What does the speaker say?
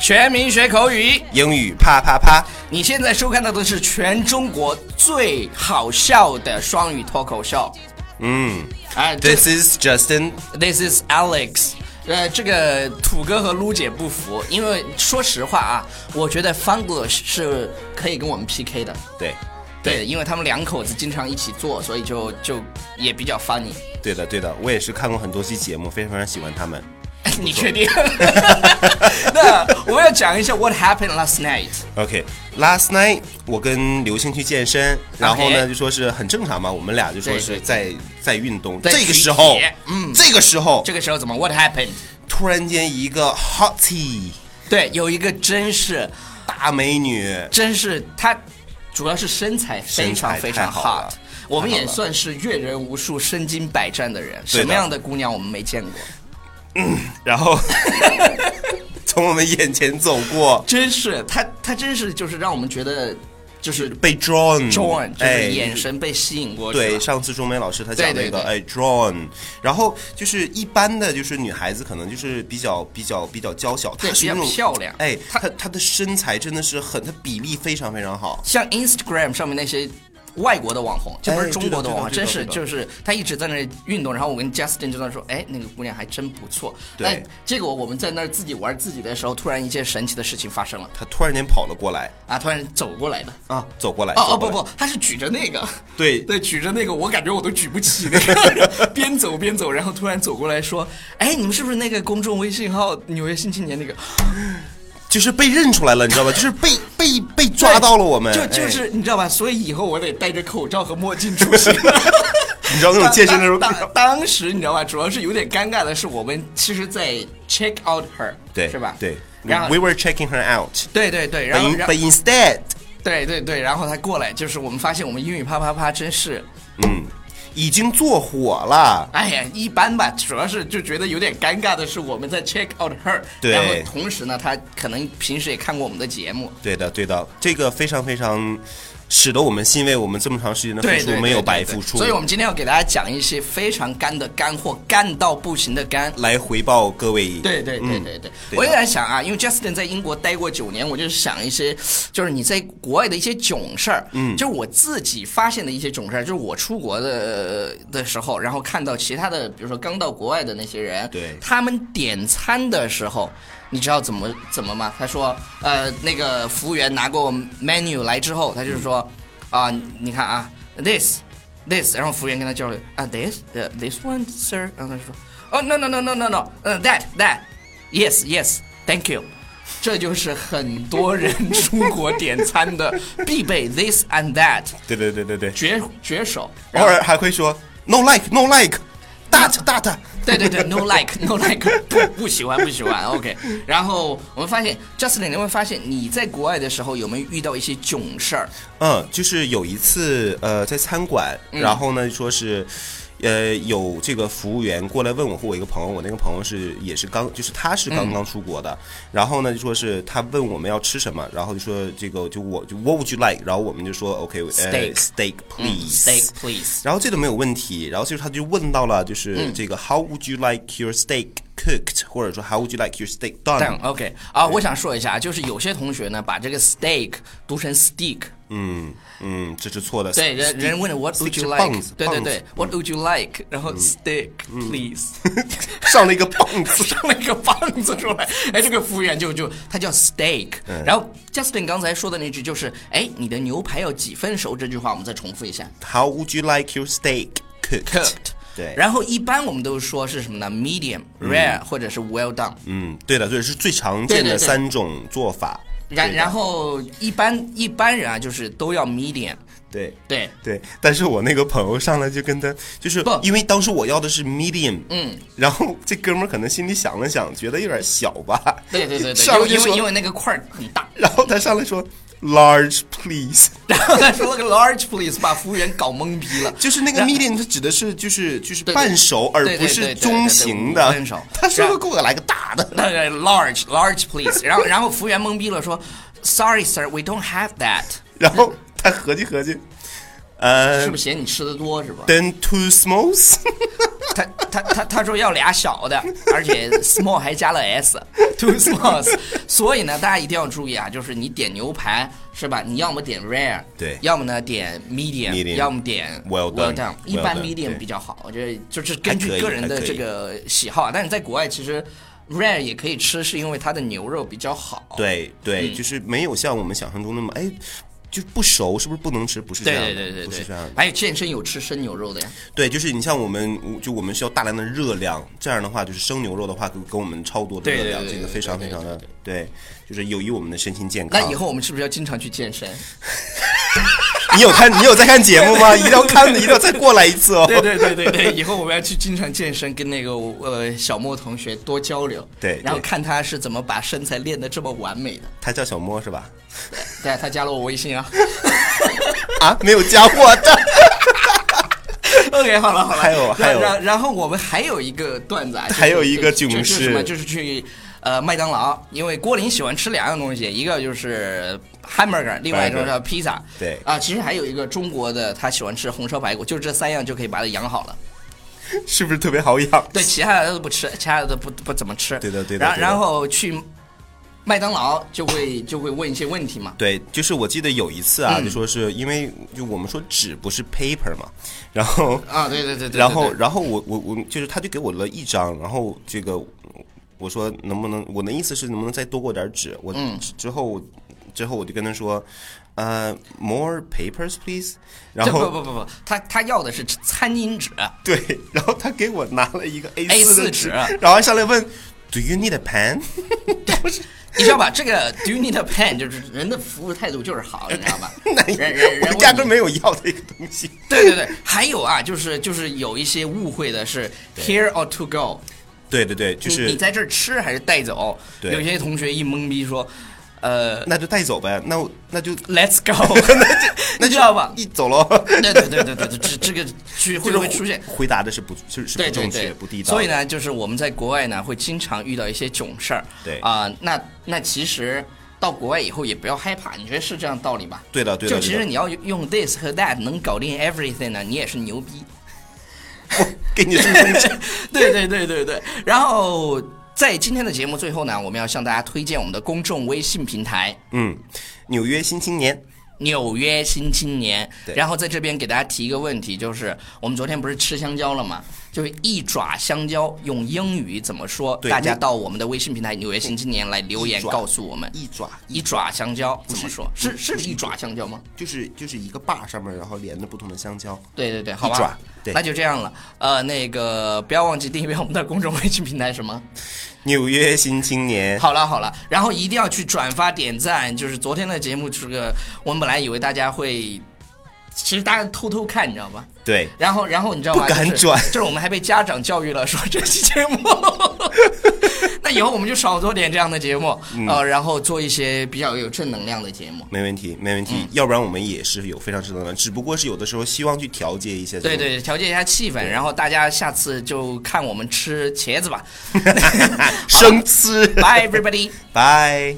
全民学口语。英语啪啪啪，你现在收看到的是全中国最好笑的双语脱口秀。嗯哎，这，This is Justin， This is Alex。呃，这个土哥和撸姐不服，因为说实话啊，我觉得 Funglish 是可以跟我们 PK 的。对，对，因为他们两口子经常一起做，所以就就也比较 funny。对的对的，我也是看过很多期节目，非常非常喜欢他们。 你确定？那我要讲一下 What happened last night。 OK，last、night 我跟刘星去健身，然后呢就说是很正常嘛，我们俩就说对对是在在运动。在这举个时候铁，嗯这个时候这个时候怎么 What happened？突然间一个 hot tea 对，有一个真是大美女，真是她，主要是身材非身常材非太常好了 hot。我们太好也了算是阅人无数、身经百战的人，对的什么样的姑娘我们没见过？然 后从我们眼前走过，真是她，她真是就是让我们觉得就是被 drawn John 就哎是眼神被吸引过去了。对，上次钟梅老师她讲那哦对对个对哎 drawn，然后就是一般的就是女孩子可能就是比较比较比较娇小，对她是那比较种漂亮哎，她她她的身材真的是很，她比例非常非常好。像 Instagram 上面那些外国的网红，这不是中国哎的网红，对的真对的是对的就是他一直在那里运动，然后我跟 Justin 就在那说，哎，那个姑娘还真不错。对哎，结果我们在那儿自己玩自己的时候，突然一件神奇的事情发生了她突然间跑了过来啊！突然走过来的。啊，走过来，哦哦走过不来，不，他是举着那个，对对，举着那个，我感觉我都举不起那个， 边走边走，然后突然走过来说：“哎，你们是不是那个公众微信号《纽约新青年》那个？”就是被认出来了，你知道吧？就是 被被被抓到了我们，就就哎是你知道吧？所以以后我得戴着口罩和墨镜出行。 你知道那种健身的时候当当当时你知道吧？主要是有点尴尬的是，我们其实在 check out her，对是吧？对，然后 we were checking her out，对对对，然后 but 然后 but instead，对对对，然后他过来，就是我们发现我们英语啪啪啪真是，嗯，已经做火了。哎呀一般吧，主要是就觉得有点尴尬的是我们在 check out her，对然后同时呢，他可能平时也看过我们的节目，对的，对的，这个非常非常使得我们欣慰，我们这么长时间的对对付出对没有白对对付出，所以我们今天要给大家讲一些非常干的干货，干到不行的干。来回报各位。对对对对对，嗯对的我也在想啊，因为 Justin 在英国待过九年，我就是想一些，就是你在国外的一些囧事儿，嗯，就是我自己发现的一些囧事儿，就是我出国的的时候，然后看到其他的，比如说刚到国外的那些人，对他们点餐的时候。你知道怎么怎么吗？他说，呃，那个服务员拿过 menu 来之后，他就是说，啊、你看啊，this this，然后服务员跟他交流啊，this，呃、this one sir，然后他说，哦、no no no no no no，嗯、t h a t that，yes yes，thank you，这就是很多人出国点餐的必备 this and that 对对对对对，绝绝手，偶尔还会说 no like no like that that。对对对，no like no like，不 不喜欢不喜欢，OK。然后我们发现 Justin，你会发现你在国外的时候有没有遇到一些囧事儿？嗯，就是有一次，呃，在餐馆，然后呢，说是，呃，有这个服务员过来问我和我一个朋友，我那个朋友是也是刚，就是他是刚刚出国的，然后呢，就说是他问我们要吃什么，然后就说这个就我就 What would you like？然后我们就说 OK，呃 Steak steak 嗯 please、 ，steak please。然后这都没有问题，然后就是他就问到了，就是这个、How would you like your steak cooked？或者说 How would you like your steak done？但 OK 啊，我想说一下，就是有些同学呢，把这个 steak 读成 steak，嗯嗯，这是错的。对，人人问 What steak would 是 you 棒 like？子嗯对对对棒子，What would you like？然后 steak please， 上了一个棒子。上了一个棒子出来，哎，这个服务员就就他叫 steak，然嗯后 Justin 刚才说的那句就是，哎，你的牛排要几分熟？这句话我们再重复一下 How would you like your steak cooked？ ，cooked。对然后一般我们都说是什么呢？medium、rare 或者是 well done。嗯，对的，对，是最常见对的对对三种做法。然对的然后一般一般人啊，就是都要 medium。对。对，对，但是我那个朋友上来就跟他，就是不因为当时我要的是 medium，嗯，然后这哥们儿可能心里想了想，觉得有点小吧，对对对对， 上因为来就因为因说，为那个块儿很大， 然后他上来说 large please，然后他说了个 large please，把服务员搞懵逼了。就是那个 medium，它指的是就是就是对对半熟，而对对对对不是对对中型的五分熟。他然说后给我来个大的，那个 large large please，然后然后服务员懵逼了，说 Sorry sir, we don't have that，然后他合计合计，呃是不是嫌你吃的多是吧？ ，then two smalls。他他他他说要俩小的，而且 small 还加了 s，two smalls。所 以呢，大家一定要注意啊，就是你点牛排是吧？你要么点 rare，对要么呢点 medium，, Medium 要么点 Well done，一般 well done，对 medium 比较好，我觉得就是根还可据以个人的还可以这个喜好啊。但是在国外其实 rare 也可以吃，是因为它的牛肉比较好。对嗯对，就是没有像我们想象中那么哎。就不熟是不是不能吃？不是这对样的，对对对不是这样对的。，还有健身有吃生牛肉的呀。对，就是你像我们，就我们需要大量的热量，这样的话，就是生牛肉的话，给给我们超多的对热对量，对这对个非常对非常的对对，就是有益我们的身心健康。那以后我们是不是要经常去健身？你有看你有在看节目 吗？一定要看的，一定要再过来一次哦。对对对对 对，以后我们要去经常健身，跟那个呃小莫同学多交流， 对然后对看他是怎么把身材练得这么完 美的。他叫小莫是吧？对，他加了我微信啊。 啊， 没有加我的。 OK，好了好了，还有还有然然然后我们还有一个段子啊，就是还有一个就囧就事是什么，就是去呃麦当劳，因为郭林喜欢吃两样东西，一个就是 hamburger，另外一种 Burger 叫披萨。对啊，其实还有一个中国的，他喜欢吃红烧排骨，就这三样就可以把它养好了。是不是特别好养？对，其他的都不吃，其他的都不不怎么吃。对的对的然对的然后去麦当劳就会就会问一些问题嘛。对，就是我记得有一次嗯啊，就说是因为就我们说纸不是 paper 嘛，然后啊，对对对对对。然后对然后我我我就是他就给我了一张，然后这个我说能不能我的意思是能不能再多给我点纸？我嗯之后之后我就跟他说，呃，more papers please，然这不后。不不不，他他要的是餐巾纸。对，然后他给我拿了一个 A 四 A4 的纸然后上来问，Do you need a pen？？你知道吧？这个 Do you need a pen？就是人的服务态度就是 好，你知道吧那人人我人压根问你没有要这个东西。对对对，还有啊，就是就是有一些误会的是 here or to go，对对对，就你是你在这儿吃还是带走？对有些同学一懵逼说，呃那就带走呗，那我那就，Let's go， 那你就知道吧？一走喽。 对对对对对对，这这个去会就是不会出现？回答的是不就是是对不对正确对，不地道，所以，呢，就是我们在国外呢，会经常遇到一些囧事儿。对啊、那那其实到国外以后也不要害怕，你觉得是这样道理吧？对的对就的，其对实的你要用 this 和 that 能搞定 everything 呢，你也是牛 逼。给你这么东西对对对对对。然后在今天的节目最后呢，我们要向大家推荐我们的公众微信平台。嗯，纽约新青年，纽约新青年，对然后在这边给大家提一个问题，就是我们昨天不是吃香蕉了吗？就是一爪香蕉用英语怎么说？对大家那到我们的微信平台“纽约新青年”来留言一爪告诉我们，一爪一爪香蕉怎么说？不是是是一爪香蕉吗？就是就是一个把上面，然后连着不同的香蕉。对对对，好吧，一爪对那就这样了。呃，那个不要忘记订阅我们的公众微信平台什么？纽约新青年，好了好了，然后一定要去转发点赞。就是昨天的节目，这个我们本来以为大家会，其实大家偷偷看，你知道吗？对，然后，然后你知道吗？不敢就是转就是我们还被家长教育了，说这期节 目，那以后我们就少做点这样的节目，嗯呃，然后做一些比较有正能量的节目。没问题，没问题。嗯要不然我们也是有非常正能量，只不过是有的时候希望去调节一下。对，对，调节一下气氛，然后大家下次就看我们吃茄子吧。 生吃， Bye everybody。拜。